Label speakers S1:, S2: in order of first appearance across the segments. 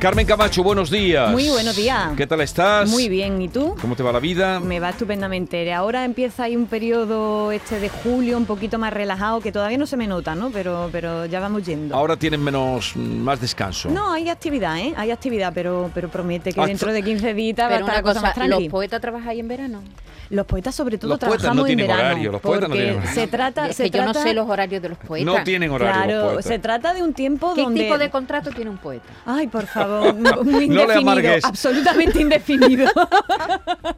S1: Carmen Camacho, buenos días.
S2: Muy buenos días.
S1: ¿Qué tal estás?
S2: Muy bien, ¿y tú?
S1: ¿Cómo te va la vida?
S2: Me va estupendamente. Ahora empieza ahí un periodo este de julio un poquito más relajado que todavía no se me nota, ¿no? Pero, pero ya vamos yendo.
S1: Ahora tienes menos, más descanso.
S2: No, hay actividad, ¿eh? Hay actividad, pero, pero promete que
S1: Hasta-
S2: dentro de 15 días va a
S3: Pero
S2: estar
S3: una
S2: la cosa
S3: cosa,
S2: más tranquila.
S3: ¿los poetas trabajáis en verano?
S2: Los poetas sobre todo
S1: Los poetas
S2: trabajamos
S1: no tienen
S2: en verano.
S1: horario, los poetas no
S2: porque
S1: tienen horario.
S2: se trata,
S3: Es
S2: se
S3: que yo no
S2: trata-
S3: sé los horarios de los poetas.
S1: No tienen horario
S2: Claro,
S1: los poetas.
S2: se trata de un tiempo
S3: ¿Qué
S2: donde
S3: tipo de contrato tiene un poeta?
S2: Ay, por favor, muy
S1: No le
S2: indefinido,
S1: amargues.
S2: absolutamente indefinido.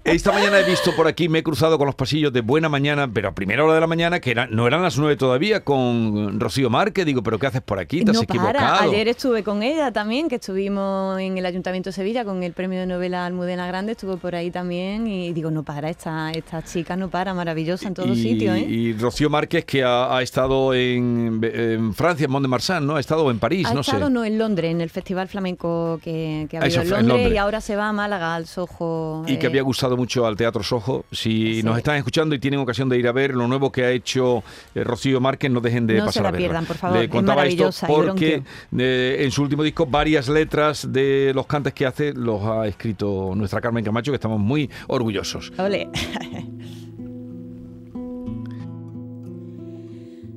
S1: Esta mañana he visto por aquí, me he cruzado con los pasillos de Buena Mañana, pero a primera hora de la mañana, que era- no eran las nueve todavía, con Rocío Márquez. Digo, ¿pero qué haces por aquí? ¿Te has
S2: no
S1: equivocado?
S2: para. Ayer estuve con ella también, que estuvimos en el Ayuntamiento de Sevilla con el premio de novela Almudena Grande, estuvo por ahí también y digo, no para, esta, esta chica no para, maravillosa en todos
S1: y,
S2: sitios, ¿eh?
S1: y Rocío Márquez, que ha, ha estado en, en Francia, en Mont de Marsan, ¿no? Ha estado en París,
S2: ha
S1: no
S2: estado
S1: sé.
S2: no en Londres, en el Festival Flamenco que, que ha
S1: Ah, eso
S2: habido en
S1: fue
S2: Londres,
S1: en Londres.
S2: y ahora se va a Málaga, al Soho.
S1: Y que
S2: eh,
S1: había gustado mucho al Teatro Sojo. Si
S2: Sí.
S1: nos están escuchando y tienen ocasión de ir a ver lo nuevo que ha hecho eh, Rocío Márquez, no dejen de
S2: No se
S1: pasar
S2: la
S1: a verlo.
S2: pierdan, por favor,
S1: Le
S2: es
S1: contaba esto
S2: maravillosa, yo lo
S1: porque
S2: entiendo.
S1: eh, en su último disco varias letras de los cantes que hace los ha escrito nuestra Carmen Camacho, que estamos muy orgullosos.
S2: Ole.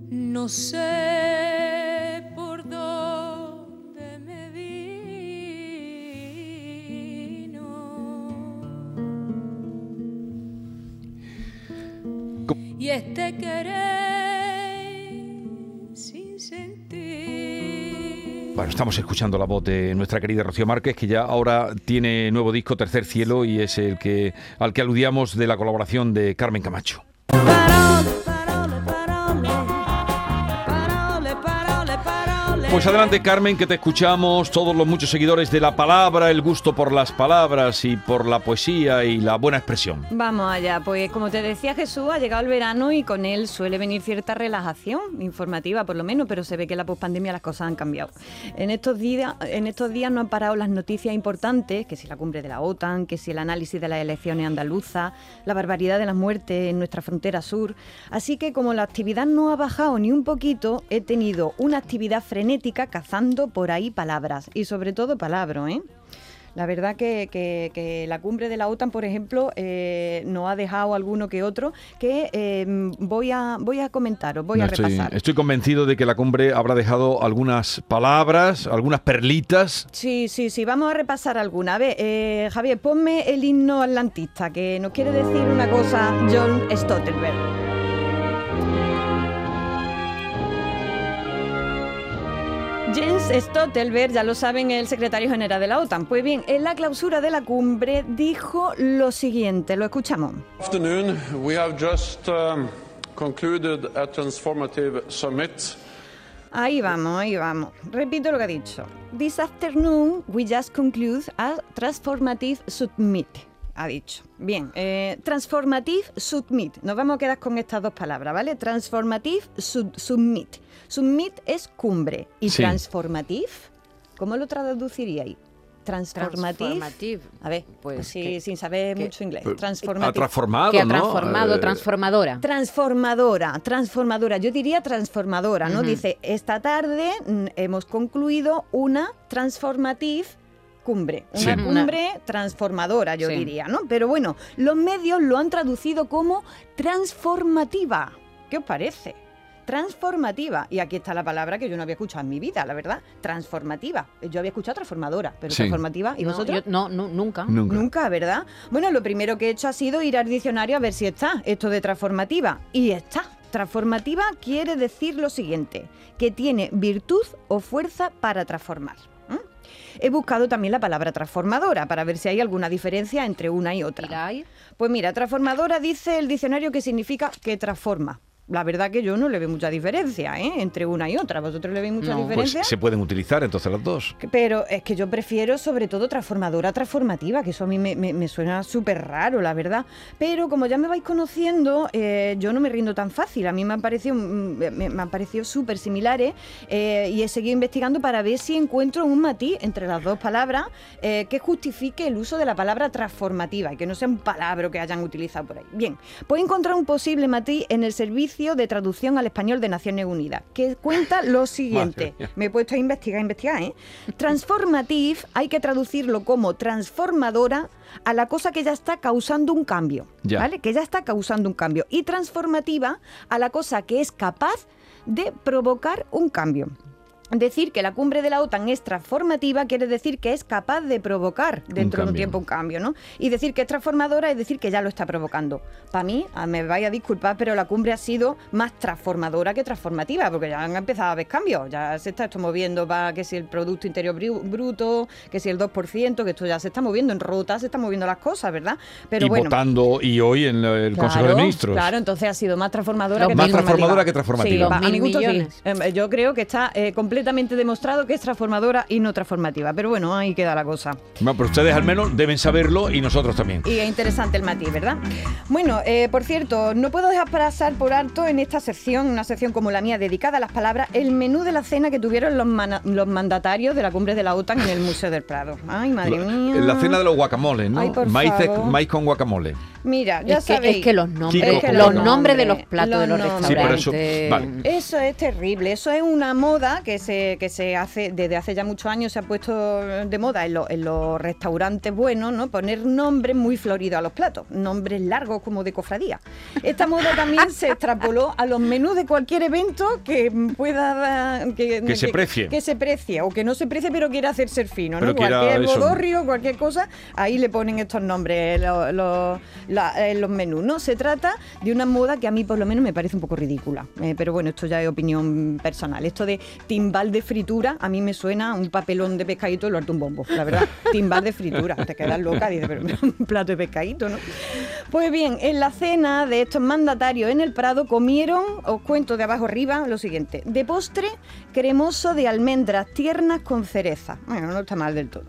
S4: No sé por dónde me vino.
S1: Co-
S4: Y este querer sin sentir.
S1: Bueno, estamos escuchando la voz de nuestra querida Rocío Márquez, que ya ahora tiene nuevo disco Tercer Cielo y es el que al que aludíamos de la colaboración de Carmen Camacho. Pues adelante Carmen, que te escuchamos, todos los muchos seguidores de la palabra, el gusto por las palabras y por la poesía y la buena expresión.
S2: Vamos allá, pues como te decía Jesús, ha llegado el verano y con él suele venir cierta relajación, informativa por lo menos, pero se ve que en la pospandemia las cosas han cambiado. En estos, días, en estos días no han parado las noticias importantes, que si la cumbre de la OTAN, que si el análisis de las elecciones andaluzas, la barbaridad de las muertes en nuestra frontera sur. Así que como la actividad no ha bajado ni un poquito, he tenido una actividad frenética cazando por ahí palabras, y sobre todo palabras, ¿eh? La verdad que, que- que la cumbre de la OTAN, por ejemplo, eh, nos ha dejado alguno que otro que eh, voy a voy a comentaros, voy
S1: No,
S2: a
S1: estoy,
S2: repasar.
S1: estoy convencido de que la cumbre habrá dejado algunas palabras, algunas perlitas.
S2: Sí, sí, sí, vamos a repasar alguna. A ver, eh, Javier, ponme el himno atlantista, que nos quiere decir una cosa John Stotterberg. Jens Stoltenberg, ya lo saben, el secretario general de la OTAN. Pues bien, en la clausura de la cumbre dijo lo siguiente, lo escuchamos.
S5: afternoon. We have just um, concluded a transformative summit.
S2: Ahí vamos, ahí vamos. Repito lo que ha dicho. This afternoon we just conclude a transformative submit. Ha dicho. Bien, eh, transformative submit. Nos vamos a quedar con estas dos palabras, ¿vale? Transformative sub- submit. Submit es cumbre. ¿Y
S1: Sí.
S2: transformative? ¿Cómo lo traduciría ahí? Transformative.
S3: Transformative.
S2: A ver,
S3: Pues
S2: así,
S3: que-
S2: sin saber
S3: que-
S2: mucho inglés.
S1: Ha
S2: Transformative.
S1: transformado,
S3: que ha
S1: Ah, ¿no?
S3: transformado,
S1: Eh,
S3: transformadora.
S2: Transformadora, transformadora, yo diría transformadora, ¿no? Dice, esta tarde mm, hemos concluido una transformative cumbre, una
S1: Sí.
S2: cumbre transformadora, yo
S3: Sí.
S2: diría, ¿no? Pero bueno, los medios lo han traducido como transformativa. ¿Qué os parece? Transformativa. Y aquí está la palabra que yo no había escuchado en mi vida, la verdad. Transformativa. Yo había escuchado transformadora, pero
S1: Sí.
S2: transformativa. ¿Y
S3: No,
S2: vosotros?
S3: yo- no, nu- nunca.
S1: Nunca.
S2: Nunca, ¿verdad? Bueno, lo primero que he hecho ha sido ir al diccionario a ver si está esto de transformativa. Y está. Transformativa quiere decir lo siguiente, que tiene virtud o fuerza para transformar. ¿Mm? He buscado también la palabra transformadora para ver si hay alguna diferencia entre una y otra.
S3: ¿Y la hay?
S2: Pues mira, transformadora dice el diccionario que significa que transforma. la verdad que yo no le veo mucha diferencia ¿eh? entre una y otra. ¿Vosotros le veis mucha
S3: No.
S1: Pues
S2: diferencia?
S1: se pueden utilizar entonces las dos.
S2: Que- Pero es que yo prefiero sobre todo transformadora transformativa, que eso a mí me, me- me suena súper raro, la verdad. Pero como ya me vais conociendo, eh, yo no me rindo tan fácil. A mí me han parecido, mm, me, me han parecido súper similares eh, y he seguido investigando para ver si encuentro un matiz entre las dos palabras eh, que justifique el uso de la palabra transformativa y que no sea un palabra que hayan utilizado por ahí. Bien, puedo encontrar un posible matiz en el servicio de traducción al español de Naciones Unidas, que cuenta lo siguiente.
S1: mía.
S2: Me he puesto a investigar, a investigar, ¿eh? Transformative hay que traducirlo como transformadora a la cosa que ya está causando un cambio,
S1: Ya.
S2: ¿vale? Que ya está causando un cambio. Y transformativa a la cosa que es capaz de provocar un cambio. Decir que la cumbre de la OTAN es transformativa quiere decir que es capaz de provocar dentro de un
S1: cambio.
S2: tiempo un cambio, ¿no? Y decir que es transformadora es decir que ya lo está provocando. Para mí, a- me vaya a disculpar, pero la cumbre ha sido más transformadora que transformativa, porque ya han empezado a haber cambios, ya se está esto moviendo para que si el Producto Interior Bru- Bruto, que si el 2%, que esto ya se está moviendo en ruta, se están moviendo las cosas, ¿verdad? Pero
S1: y
S2: bueno.
S1: votando y hoy en la- el Consejo de
S2: Claro,
S1: Ministros.
S2: Claro, entonces ha sido más transformadora
S3: Los
S2: que
S3: mil-
S1: Más transformadora que transformativa.
S3: Sí,
S2: Pa-
S3: los
S2: a
S3: mil
S2: mi gusto, sí.
S3: millones.
S2: Em, Yo creo que está eh, completamente demostrado que es transformadora y no transformativa. Pero bueno, ahí queda la cosa.
S1: Bueno, pero ustedes al menos deben saberlo y nosotros también.
S2: Y es interesante el matiz, ¿verdad? Bueno, eh, por cierto, no puedo dejar pasar por alto en esta sección, una sección como la mía dedicada a las palabras, el menú de la cena que tuvieron los, mana- los mandatarios de la cumbre de la OTAN en el Museo del Prado. Ay, madre mía.
S1: En la cena de los guacamoles, ¿no?
S2: Ay, por
S1: maíz,
S2: favor.
S1: maíz con guacamole.
S2: Mira, ya
S3: es, que,
S2: sabéis.
S3: es que los nombres,
S1: Chicos,
S3: los,
S1: como no.
S3: nombres de los platos de los
S2: Los nombres.
S1: Sí, por
S3: restaurantes.
S1: eso- vale.
S2: Eso es terrible, eso es una moda que se, que se hace desde hace ya muchos años, se ha puesto de moda en, lo- en los restaurantes buenos, ¿no? Poner nombres muy floridos a los platos, nombres largos como de cofradía. Esta moda también se extrapoló a los menús de cualquier evento que pueda dar-
S1: Que se precie.
S2: Que se precie, o que no se precie, pero quiera hacerse el fino, ¿no?
S1: Pero quiera
S2: cualquier
S1: eso.
S2: bodorrio, cualquier cosa, ahí le ponen estos nombres lo- lo- la- eh, los menús, ¿no? Se trata de una moda que a mí por lo menos me parece un poco ridícula, eh, pero bueno, esto ya es opinión personal. Esto de timbal de fritura, a mí me suena a un papelón de pescadito y lo harto un bombo, la verdad. timbal de fritura, te quedas loca, dices, pero un plato de pescadito, ¿no? Pues bien, en la cena de estos mandatarios en el Prado comieron, os cuento de abajo arriba, lo siguiente. De postre, cremoso de almendras tiernas con cereza. Bueno, no está mal del todo.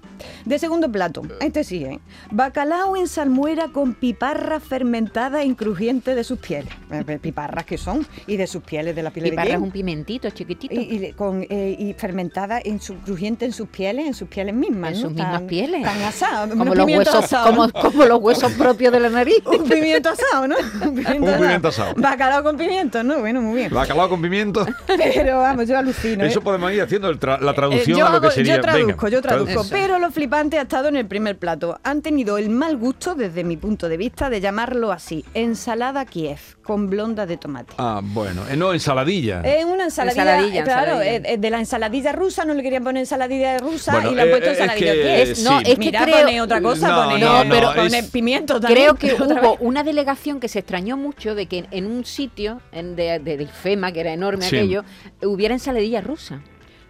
S2: De segundo plato, este sí, ¿eh? Bacalao en salmuera con piparras fermentadas y crujientes de sus pieles. Eh, pe- Piparras que son, y de sus pieles, de la piel
S3: Y
S2: de
S3: parras
S2: quién.
S3: un pimentito chiquitito.
S2: Y, y le- con, eh, y fermentada en su crujiente en sus pieles, en sus pieles mismas. ¿no?
S3: en sus mismas
S2: Tan-
S3: pieles.
S2: Tan asadas.
S3: Como
S2: unos
S3: los,
S2: pimientos
S3: huesos,
S2: asados.
S3: como, como los huesos propios de la nariz.
S2: Un pimiento asado, ¿no? Un pimiento,
S1: Un pimiento asado.
S2: Bacalao con pimiento, ¿no? Bueno, muy bien.
S1: Bacalao con pimiento.
S2: Pero vamos, yo alucino. ¿eh?
S1: Eso podemos ir haciendo el tra- la traducción
S2: Eh, yo,
S1: a lo que
S2: hago-
S1: sería.
S2: yo traduzco,
S1: Venga,
S2: yo traduzco.
S1: traduce.
S2: Pero lo flipante ha estado en el primer plato. Han tenido el mal gusto, desde mi punto de vista, de llamarlo así: ensalada Kiev con blonda de tomate.
S1: Ah, bueno. Eh, no, ensaladilla.
S2: Es una ensaladilla,
S3: Ensaladilla,
S2: claro,
S3: ensaladilla.
S2: eh, eh, de la ensaladilla rusa, no le querían poner ensaladilla rusa
S1: Bueno,
S2: y le han
S1: eh,
S2: puesto
S1: eh, es
S2: ensaladilla
S1: que-
S2: Kiev.
S3: Es- no,
S1: sí.
S3: es que
S2: Mira,
S3: creo,
S2: pone otra cosa,
S1: No,
S2: pone,
S1: no,
S3: no,
S2: pero
S1: es-
S2: pone pimiento también.
S3: Creo que
S2: otra
S3: hubo
S2: vez.
S3: una delegación que se extrañó mucho de que en, en un sitio en de, de, de Ifema, que era enorme
S1: Sí.
S3: aquello, hubiera ensaladilla rusa.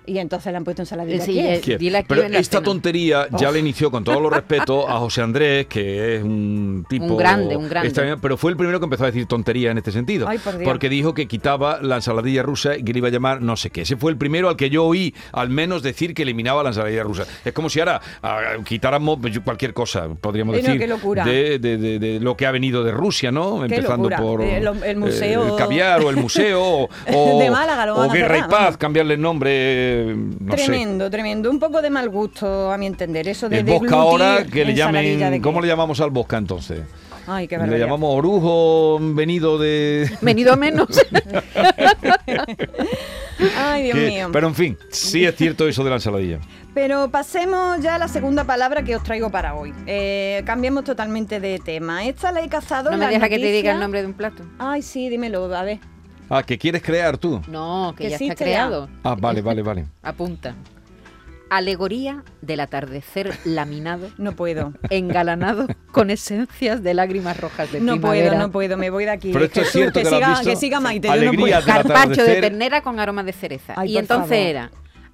S2: Y entonces le han puesto ensaladilla
S3: Sí,
S2: Kiev.
S3: eh,
S1: Kiev.
S3: dile aquí
S1: Pero
S3: en la
S1: esta
S3: cena.
S1: tontería
S2: Oh.
S1: ya le inició con todos los respetos a José Andrés, que es un tipo.
S3: Un grande, un grande.
S1: Está bien, pero fue el primero que empezó a decir tontería en este sentido.
S2: Ay, por Dios.
S1: Porque dijo que quitaba la ensaladilla rusa y que le iba a llamar no sé qué. Ese fue el primero al que yo oí al menos decir que eliminaba la ensaladilla rusa. Es como si ahora ah, quitáramos pues, yo- cualquier cosa, podríamos
S2: Ay, no,
S1: decir.
S2: qué locura.
S1: De, de- de- de lo que ha venido de Rusia, ¿no?
S2: Qué
S1: Empezando
S2: locura.
S1: por.
S2: Eh, lo- el
S1: eh,
S2: museo-
S1: el caviar o el museo. O, o-
S2: De Málaga lo
S1: o
S2: van a
S1: Guerra y
S2: cerrar,
S1: Paz,
S2: vamos.
S1: cambiarle el nombre. eh, No sé.
S2: tremendo, tremendo. Un poco de mal gusto, a mi entender. Eso de
S1: El Bosca
S2: deglutir
S1: ahora, que le
S2: ensaladilla de
S1: llamen... ¿Cómo
S2: queso.
S1: le llamamos al Bosca entonces?
S2: Ay, qué
S1: Le
S2: barbaridad.
S1: llamamos orujo venido de...
S3: Venido menos.
S2: Ay, Dios
S1: que-
S2: mío. Pero...
S1: Pero en fin, sí es cierto eso de la ensaladilla.
S2: pasemos ya a la segunda palabra que os traigo para hoy. Eh, cambiemos totalmente de tema. Esta la he cazado.
S3: no
S2: en
S3: me
S2: las
S3: deja que te diga
S2: noticias.
S3: el nombre de un plato.
S2: Ay, sí, dímelo, a ver.
S1: Ah, que quieres crear tú.
S3: No, que,
S2: Que
S3: ya está
S2: existe ya.
S3: creado.
S1: Ah, vale, vale, vale.
S3: Apunta. Alegoría del atardecer laminado,
S2: No puedo.
S3: engalanado con esencias de lágrimas rojas de
S2: No puedo,
S3: primavera.
S2: no puedo, me voy de aquí.
S1: Pero esto es
S2: Jesús,
S1: cierto que lo has
S2: siga,
S1: visto.
S2: que siga Maite, yo no
S1: Alegría
S2: puedo.
S1: del
S3: Carpacho de
S1: atardecer.
S3: ternera con aroma de cereza.
S2: Ay,
S3: y
S2: por
S3: entonces
S2: favor.
S3: era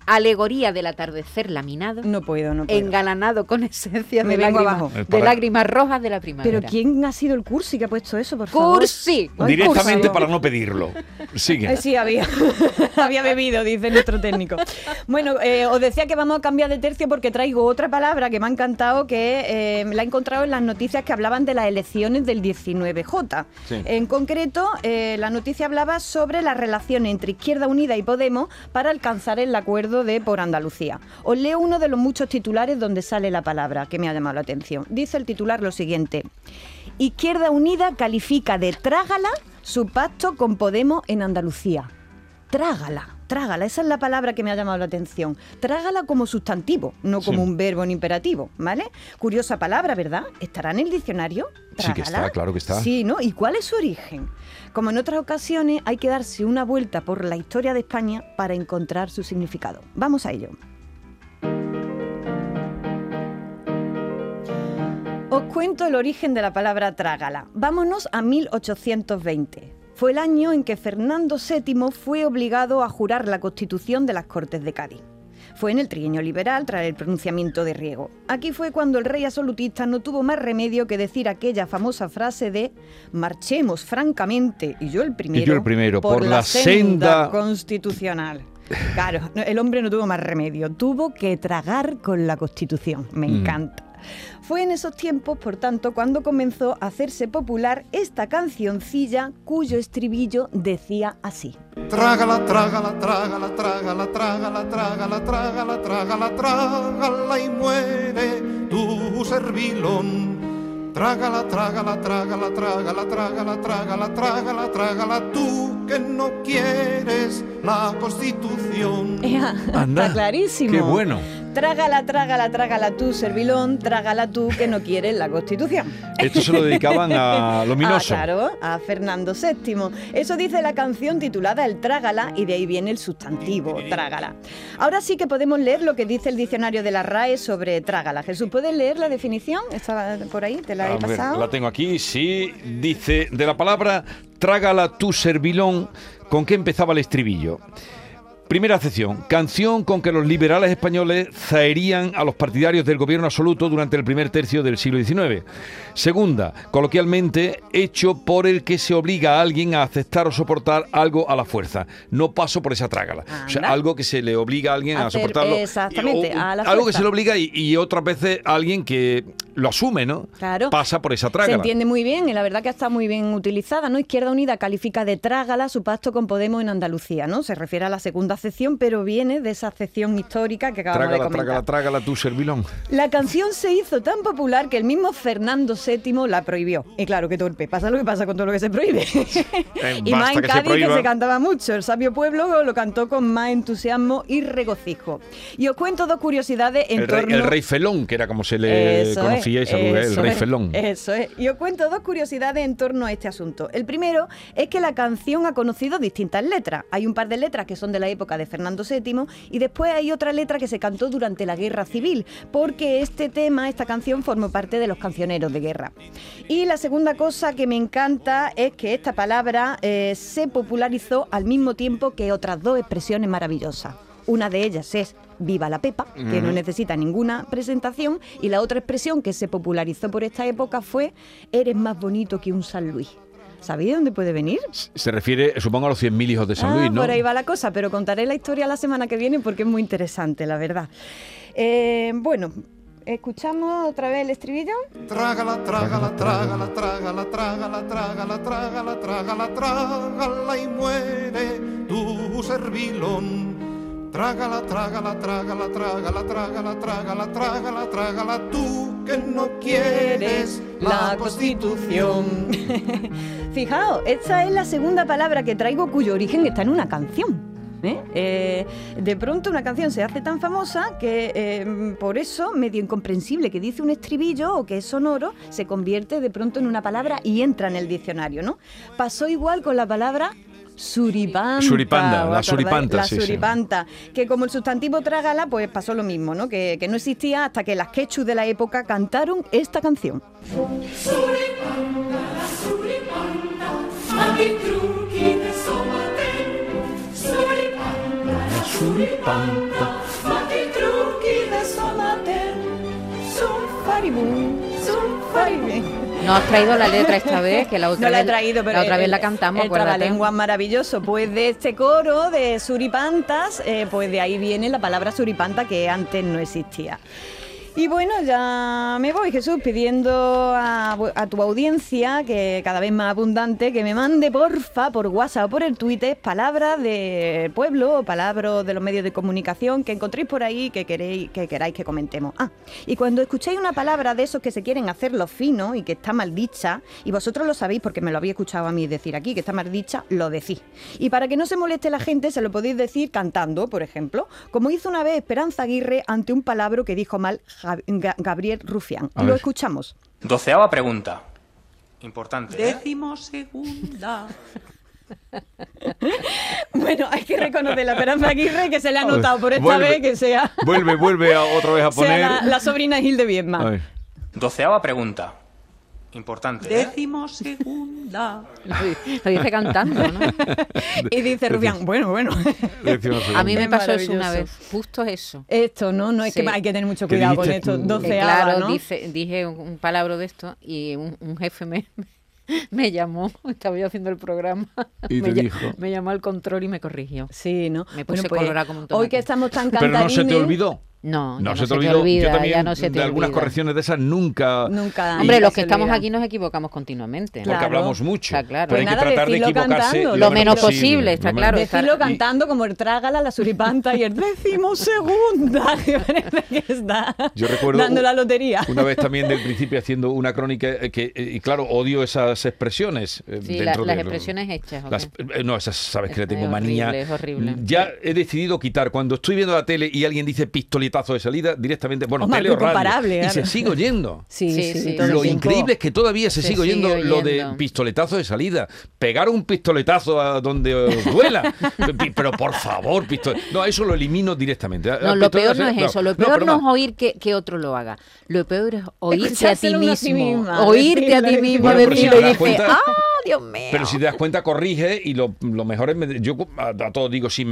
S3: Alegoría del atardecer laminado,
S2: No puedo, no puedo.
S3: engalanado con esencia
S2: Me
S3: de
S2: vengo
S3: lágrimas,
S2: abajo.
S1: Eh,
S3: de
S1: para-
S3: lágrimas rojas de la primavera.
S2: Pero ¿quién ha sido el cursi que ha puesto eso, por favor?
S3: ¡Cursi!
S2: Ay,
S1: Directamente
S2: cursi.
S1: para no pedirlo. Sigue.
S2: Eh, sí, había, había bebido, dice nuestro técnico. Bueno, eh, os decía que vamos a cambiar de tercio porque traigo otra palabra que me ha encantado, que eh, me la he encontrado en las noticias que hablaban de las elecciones del 19J.
S1: Sí.
S2: En concreto, eh, la noticia hablaba sobre la relación entre Izquierda Unida y Podemos para alcanzar el acuerdo de Por Andalucía. Os leo uno de los muchos titulares donde sale la palabra que me ha llamado la atención. Dice el titular lo siguiente. Izquierda Unida califica de trágala su pacto con Podemos en Andalucía. Trágala, trágala, esa es la palabra que me ha llamado la atención. Trágala como sustantivo, no como
S1: Sí.
S2: un verbo en imperativo, ¿vale? Curiosa palabra, ¿verdad? ¿Estará en el diccionario?
S1: Sí que está,
S2: Trágala.
S1: claro que está.
S2: Sí, ¿no? ¿Y cuál es su origen? Como en otras ocasiones, hay que darse una vuelta por la historia de España para encontrar su significado. Vamos a ello. Os cuento el origen de la palabra trágala. Vámonos a 1820. Fue el año en que Fernando VII fue obligado a jurar la constitución de las Cortes de Cádiz. Fue en el trienio liberal tras el pronunciamiento de Riego. Aquí fue cuando el rey absolutista no tuvo más remedio que decir aquella famosa frase de marchemos francamente y yo el primero,
S1: el primero, por la senda-
S2: constitucional. Claro, no, el hombre no tuvo más remedio, tuvo que tragar con la constitución. Me
S1: Mm.
S2: encanta. Fue en esos tiempos, por tanto, cuando comenzó a hacerse popular esta cancioncilla cuyo estribillo decía así.
S6: Trágala, trágala, trágala, trágala, trágala, trágala, trágala, trágala, trágala y muere tu servilón. Trágala, trágala, trágala, trágala, trágala, trágala, trágala, trágala tú que no quieres la constitución.
S1: Anda,
S2: Está clarísimo.
S1: Qué bueno.
S2: Trágala, trágala, trágala tú, servilón, trágala tú que no quieres la constitución.
S1: Esto se lo dedicaban a Luminoso.
S2: Ah, claro, a Fernando VII. Eso dice la canción titulada El Trágala y de ahí viene el sustantivo, Trágala. Ahora sí que podemos leer lo que dice el diccionario de la RAE sobre Trágala. Jesús, ¿puedes leer la definición? Estaba por ahí, te la
S1: A
S2: he
S1: ver,
S2: pasado.
S1: la tengo aquí, sí. Dice, de la palabra trágala tu servilón, ¿con qué empezaba el estribillo? Primera acepción, canción con que los liberales españoles zaherían a los partidarios del gobierno absoluto durante el primer tercio del siglo XIX. Segunda, coloquialmente, hecho por el que se obliga a alguien a aceptar o soportar algo a la fuerza. No paso por esa trágala. O sea,
S2: Anda.
S1: algo que se le obliga a alguien a,
S2: Hacer-
S1: soportarlo.
S2: exactamente,
S1: Y- o-
S2: a la
S1: Algo que
S2: fuerza.
S1: se le obliga y, y otras veces alguien que lo asume, ¿no?
S2: Claro.
S1: Pasa por esa trágala.
S2: Se entiende muy bien y la verdad que está muy bien utilizada, ¿no? Izquierda Unida califica de trágala su pacto con Podemos en Andalucía, ¿no? Se refiere a la segunda sección, pero viene de esa sección histórica que acabamos de
S1: Trágala,
S2: comentar.
S1: trágala, trágala tu servilón.
S2: La canción se hizo tan popular que el mismo Fernando VII la prohibió. Y claro, qué torpe. Pasa lo que pasa con todo lo que se prohíbe. y
S1: basta
S2: más en
S1: que se
S2: Cádiz que
S1: prohíba.
S2: se cantaba mucho. El sabio pueblo lo cantó con más entusiasmo y regocijo. Y os cuento dos curiosidades en
S1: El rey,
S2: torno...
S1: el rey Felón, que era como se le
S2: Eso es,
S1: conocía esa mujer, el
S2: eso
S1: rey
S2: es, Eh.
S1: Felón.
S2: Eso es. Y os cuento dos curiosidades en torno a este asunto. El primero es que la canción ha conocido distintas letras. Hay un par de letras que son de la época de Fernando VII y después hay otra letra que se cantó durante la Guerra Civil, porque este tema, esta canción, formó parte de los cancioneros de guerra. Y la segunda cosa que me encanta es que esta palabra eh, se popularizó al mismo tiempo que otras dos expresiones maravillosas. Una de ellas es Viva la Pepa, que no necesita ninguna presentación, y la otra expresión que se popularizó por esta época fue Eres más bonito que un San Luis. ¿Sabéis de dónde puede venir?
S1: Se refiere, supongo, a los 100.000 hijos de San
S2: Ah,
S1: Luis, ¿no?
S2: Por ahí va la cosa, pero contaré la historia la semana que viene porque es muy interesante, la verdad. Eh, bueno, escuchamos otra vez el estribillo.
S6: Trágala, trágala, trágala, trágala, trágala, trágala, trágala, trágala, trágala y muere tu servilón. Trágala, trágala, trágala, trágala, trágala, trágala, trágala, trágala tú que no quieres la constitución.
S2: Fijaos, esta es la segunda palabra que traigo cuyo origen está en una canción. ¿eh? Eh, de pronto una canción se hace tan famosa que eh, por eso, medio incomprensible que dice un estribillo o que es sonoro, se convierte de pronto en una palabra y entra en el diccionario, ¿no? Pasó igual con la palabra suripanta.
S1: Suripanda,
S2: ¿os
S1: la
S2: acordáis?
S1: suripanta,
S2: La
S1: sí, sí.
S2: suripanta, que como el sustantivo trágala, pues pasó lo mismo, ¿no? Que, que no existía hasta que las quechus de la época cantaron esta canción.
S7: Suripanda, suripanda, mami trunki ne somaten. Suripanda, suripanda,
S3: No has traído la letra esta vez, que la otra
S2: No la he
S3: vez,
S2: traído, pero
S3: otra
S2: el-
S3: vez la cantamos.
S2: El
S3: acuérdate.
S2: trabalengua es maravilloso. Pues de este coro de Suripantas, eh, pues de ahí viene la palabra suripanta que antes no existía. Y bueno, ya me voy, Jesús, pidiendo a, vu- a tu audiencia, que cada vez más abundante, que me mande, porfa, por WhatsApp o por el Twitter, palabras del pueblo o palabras de los medios de comunicación que encontréis por ahí que, queréis, que queráis que comentemos. Ah, y cuando escuchéis una palabra de esos que se quieren hacer los finos y que está mal dicha, y vosotros lo sabéis porque me lo habéis escuchado a mí decir aquí, que está mal dicha, lo decís. Y para que no se moleste la gente, se lo podéis decir cantando, por ejemplo, como hizo una vez Esperanza Aguirre ante un palabro que dijo mal Ja- Ga- Gabriel Rufián.
S1: A
S2: lo
S1: ver.
S2: escuchamos.
S8: Doceava pregunta. Importante. ¿eh?
S4: Décimo segunda.
S2: Bueno, hay que reconocer a Esperanza Aguirre que se le ha notado por esta
S1: Vuelve.
S2: vez que sea,
S1: Vuelve, vuelve a- otra vez a
S2: sea
S1: poner.
S2: la, la sobrina Gil de Viedma.
S1: A ver.
S8: Doceava pregunta. Importante. ¿eh?
S4: Décimo segunda.
S3: Lo di- lo dice cantando, ¿no?
S2: Y dice Rufián, bueno, bueno.
S1: Décima
S3: A mí
S1: segunda.
S3: me
S2: Es
S3: pasó eso una
S2: maravilloso.
S3: vez, justo eso.
S2: Esto, ¿no? No, es
S3: Sí.
S2: que hay que tener mucho
S1: ¿Qué
S2: cuidado con
S1: dijiste
S2: esto.
S1: tú?
S3: Que
S2: 12
S3: claro,
S2: ¿no?
S3: dice- dije un, un palabro de esto y un, un jefe me, me llamó, estaba yo haciendo el programa.
S1: Y
S3: me,
S1: te
S3: lla-
S1: dijo.
S3: me llamó al control y me corrigió.
S2: Sí, ¿no? pues,
S3: Me puse colorada como un tomate.
S2: Hoy que estamos tan
S1: Pero
S2: cantadines...
S1: no se te olvidó.
S3: No, ya
S1: No, se, te olvidó.
S3: olvida,
S1: Yo también
S3: ya no se te
S1: de algunas
S3: olvida.
S1: correcciones de esas nunca.
S2: Nunca.
S3: Hombre,
S2: Y-
S3: los
S2: se
S3: que estamos
S2: olvida.
S3: aquí nos equivocamos continuamente.
S1: Porque
S2: Claro.
S1: hablamos mucho.
S3: Está claro.
S1: Pero hay que
S2: Pues nada,
S1: tratar de
S2: decirlo
S1: equivocarse
S2: cantando,
S3: lo menos posible, está
S1: lo
S3: claro.
S2: Decirlo
S3: estar- y-
S2: cantando como el trágala, la suripanta y el décimo segunda. que parece que está
S1: Yo recuerdo
S2: dando la
S1: u-
S2: lotería.
S1: Una vez también del principio haciendo una crónica eh, que, eh, y claro, odio esas expresiones. eh,
S3: Sí, la-
S1: dentro
S3: las
S1: de-
S3: expresiones hechas. ¿o
S1: Las-
S3: qué?
S1: eh, no, esas sabes que le
S3: Es
S1: tengo
S3: horrible,
S1: manía.
S3: es horrible.
S1: Ya he decidido quitar. Cuando estoy viendo la tele y alguien dice pistoletazo de salida, directamente, bueno,
S2: Hombre,
S1: tele o radio,
S2: incomparable,
S1: y
S2: claro.
S1: se sigue oyendo.
S2: Sí,
S3: Sí,
S2: sí,
S3: sí.
S2: todo el
S1: Lo
S2: tiempo.
S1: increíble es que todavía se,
S3: Se
S1: sigue,
S3: sigue
S1: oyendo, lo de
S3: oyendo.
S1: pistoletazo de salida. Pegar un pistoletazo a donde os duela. Pi- pero por favor, pistole... No, eso lo elimino directamente. Ah,
S3: No, lo peor
S1: pistoletazo-
S3: no es eso. Lo peor
S1: pero
S3: no,
S1: más.
S3: es oír que, que otro lo haga. Lo peor es oírte a ti
S2: Escuchárselo uno a sí
S3: mismo.
S2: misma,
S3: oírte a ti
S2: decirlo,
S3: mismo
S1: Bueno, pero si
S3: decirlo
S1: te
S3: y
S1: das
S3: dices,
S1: cuenta-
S3: ¡ah, Dios mío!
S1: Pero si te das cuenta, corrige y lo, lo mejor es. me- Yo a, a todos digo, si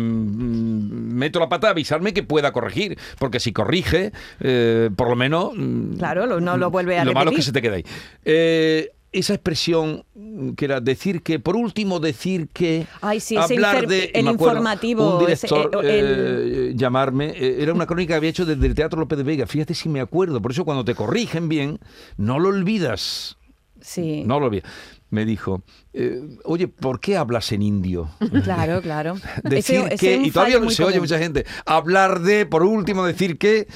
S1: mm, meto la pata, avisarme que pueda corregir. Porque si corrige, eh, por lo menos. mm,
S2: Claro, lo- no lo vuelve a
S1: Lo malo es que
S2: repetir.
S1: se te queda ahí. Eh, esa expresión mm, que era decir que, por último, decir que.
S2: Ay, sí, ese
S1: hablar
S2: infer-
S1: de.
S2: el
S1: me acuerdo,
S2: informativo,
S1: Un director
S2: ese, eh,
S1: eh, llamarme. eh, era una crónica que había hecho desde el Teatro López de Vega. Fíjate si me acuerdo. Por eso, cuando te corrigen bien, no lo olvidas.
S2: Sí.
S1: No lo vi. Me dijo, eh, oye, ¿por qué hablas en indio?
S2: Claro, claro.
S1: Decir
S2: Ese- ese
S1: que,
S2: es un
S1: y todavía
S2: fallo muy
S1: se oye
S2: común.
S1: mucha gente, hablar de, por último, decir que,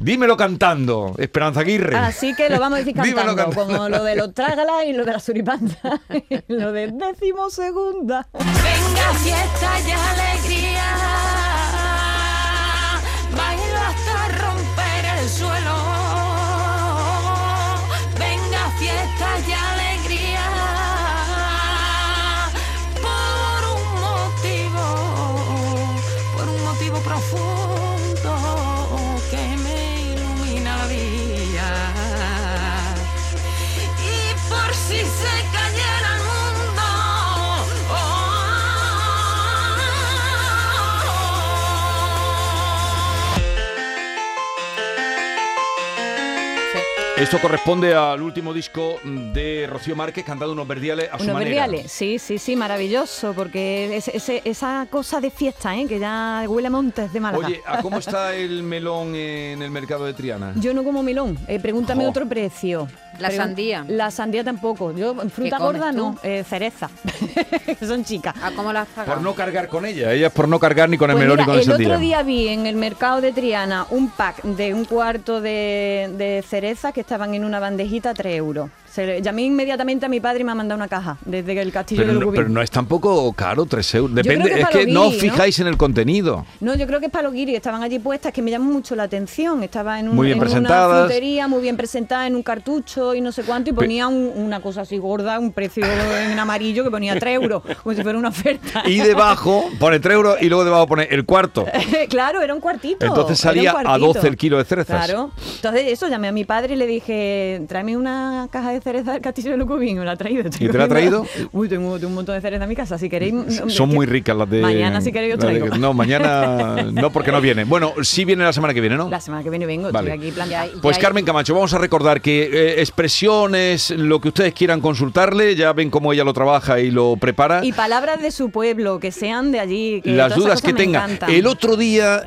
S1: dímelo cantando, Esperanza Aguirre.
S2: Así que lo vamos a decir
S1: Dímelo
S2: cantando,
S1: cantando.
S2: como lo de los trágalas y lo de la suripanta, y lo de décimo segunda.
S7: Venga fiesta y alegría, bailo hasta romper el suelo. Venga fiesta y alegría, por un motivo, por un motivo profundo que me ilumina la vida. Y por si se cayera el mundo, oh,
S1: Esto corresponde al último disco de Rocío Márquez cantando unos verdiales a su
S2: Unos
S1: manera.
S2: verdiales, sí, sí, sí, maravilloso, porque es- ese- esa cosa de fiesta, ¿eh? que ya huele a montes de Málaga.
S1: Oye, ¿a cómo está el melón en el mercado de Triana?
S2: Yo no como melón, Eh, pregúntame
S1: Jo.
S2: otro precio.
S3: La
S2: Pregun-
S3: sandía.
S2: La sandía tampoco, yo fruta
S3: comes
S2: gorda no,
S3: tú? Ah.
S2: Eh, cereza, son chicas.
S3: ¿A cómo la has pagado?
S1: Por no cargar con ella. Ella es por no cargar ni con el
S2: Pues
S1: melón
S2: mira,
S1: ni con el,
S2: el otro
S1: sandía.
S2: día vi en el mercado de Triana un pack de un cuarto de, de cerezas que estaban en una bandejita a 3 euros. Se le- llamé inmediatamente a mi padre y me ha mandado una caja desde el castillo
S1: Pero
S2: del
S1: no,
S2: Rubín.
S1: pero no es tampoco caro, 3 euros.
S2: creo
S1: Depende,
S2: que
S1: es
S2: para
S1: que
S2: lo
S1: no os
S2: guiri, ¿no?
S1: fijáis en el contenido.
S2: No, yo creo que es para los guiris, estaban allí puestas, que me llaman mucho la atención. Estaba en, un-
S1: Muy bien
S2: en una
S1: presentadas.
S2: frutería, muy bien presentada, en un cartucho y no sé cuánto, y ponía un- una cosa así gorda, un precio en amarillo que ponía 3 euros, como si fuera una oferta.
S1: Y debajo pone 3 euros y luego debajo pone el cuarto.
S2: claro, era un cuartito.
S1: Entonces
S2: era un
S1: salía a
S2: cuartito.
S1: 12 el kilo de cerezas.
S2: Claro. Entonces eso, llamé a mi padre y le dije, tráeme una caja de cereza del castillo de Lucubín, me la ha traído. estoy
S1: ¿Y te la ha
S2: comiendo-
S1: traído?
S2: Uy, tengo, tengo un montón de cereza en mi casa, si queréis... no,
S1: Son
S2: que-
S1: muy ricas las de.
S2: Mañana, si queréis, os
S1: las de-
S2: traigo.
S1: no, mañana no, porque no viene. Bueno, sí viene la semana que viene, ¿no?
S2: La semana que viene vengo,
S1: Vale.
S2: estoy aquí plantada.
S3: Ya-
S1: Pues
S3: ya-
S1: Carmen Camacho, vamos a recordar que eh, expresiones, lo que ustedes quieran consultarle, ya ven cómo ella lo trabaja y lo prepara.
S2: Y palabras de su pueblo, que sean de allí. Que
S1: Ah. las
S2: todas esas
S1: dudas
S2: cosas
S1: que
S2: me
S1: tenga.
S2: encantan.
S1: El otro día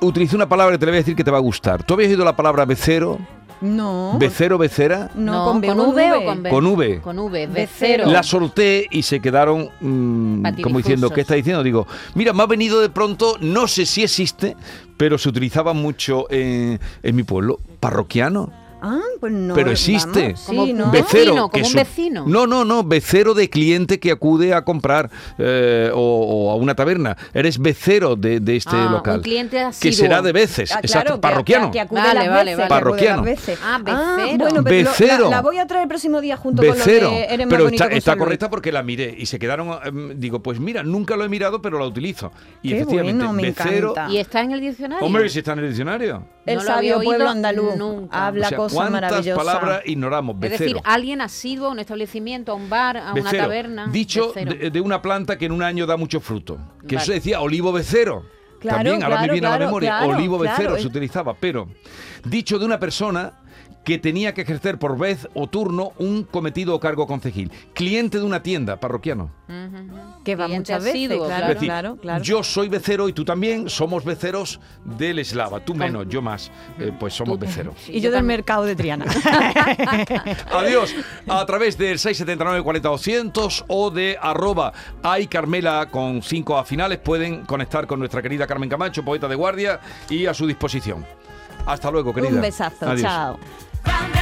S1: utilicé una palabra que te la voy a decir que te va a gustar. ¿Tú habías oído la palabra becero?
S2: No,
S1: ¿Becero, becera?
S2: no, con, B,
S3: V
S2: V.
S3: o con B.
S1: Con V.
S3: Con V,
S2: De
S3: de
S2: cero.
S3: cero.
S1: La solté y se quedaron mm,
S3: Patidifusos.
S1: como diciendo, ¿qué está diciendo? Digo, mira, me ha venido de pronto, no sé si existe, pero se utilizaba mucho en, en mi pueblo, parroquiano.
S2: Ah, pues no.
S1: Pero existe.
S2: vamos,
S3: Como
S2: sí, ¿no?
S3: un
S1: Becero,
S3: vecino,
S1: que
S3: como un
S1: su-
S3: vecino.
S1: No, no, no, becero de cliente que acude a comprar eh, o, o a una taberna. Eres becero de, de este
S3: Ah, un
S1: local.
S3: cliente
S1: que
S3: asiduo.
S1: será de veces,
S2: Ah,
S1: exacto,
S2: claro, que-
S1: parroquiano.
S2: Que, que acude
S3: Vale,
S2: las
S3: vale,
S2: veces,
S3: vale.
S2: que acude
S1: Parroquiano.
S2: las veces.
S3: Ah, becero.
S2: bueno, pero lo-
S1: Becero.
S2: La, la voy a traer el próximo día junto
S1: Becero,
S2: con los de Eres más
S1: pero
S2: bonito
S1: está,
S2: que un
S1: está
S2: San Luis.
S1: correcta porque la miré y se quedaron, em, digo, pues mira, nunca lo he mirado, pero la utilizo. Y
S2: Qué
S1: efectivamente,
S2: bueno, me
S1: becero.
S2: encanta.
S3: ¿Y está en el diccionario?
S1: Hombre, si está en el diccionario.
S2: El
S3: No lo había
S2: sabio
S3: oído
S2: pueblo andaluz
S3: nunca.
S1: O
S2: habla
S1: sea,
S2: cosas
S1: ¿Cuántas
S2: maravillosas.
S1: palabras ignoramos?
S3: es
S1: Becero.
S3: decir, alguien asiduo a un establecimiento, a un bar, a una
S1: Becero.
S3: taberna.
S1: Dicho
S3: becero.
S1: de, de una planta que en un año da mucho fruto. Que
S3: Vale.
S1: se decía olivo becero.
S2: Claro,
S1: También, ahora
S2: claro,
S1: me viene a la
S2: claro,
S1: memoria,
S2: claro,
S1: olivo
S2: claro,
S1: becero
S2: es-
S1: se utilizaba, pero dicho de una persona que tenía que ejercer por vez o turno un cometido o cargo concejil, cliente de una tienda parroquiano.
S2: Que va
S3: Cliente
S2: muchas veces,
S3: asiduo,
S2: claro.
S1: Es decir,
S2: claro.
S1: yo soy becero y tú también somos beceros del eslava, tú menos, yo más, Eh, pues somos beceros.
S3: Sí,
S2: Y yo del
S3: también.
S2: mercado de Triana.
S1: Adiós. A través del 679 40 200 o de arroba ay Carmela con 5 a finales pueden conectar con nuestra querida Carmen Camacho, poeta de guardia, y a su disposición. Hasta luego, querida.
S2: Un besazo,
S1: Adiós.
S2: chao.
S7: Dame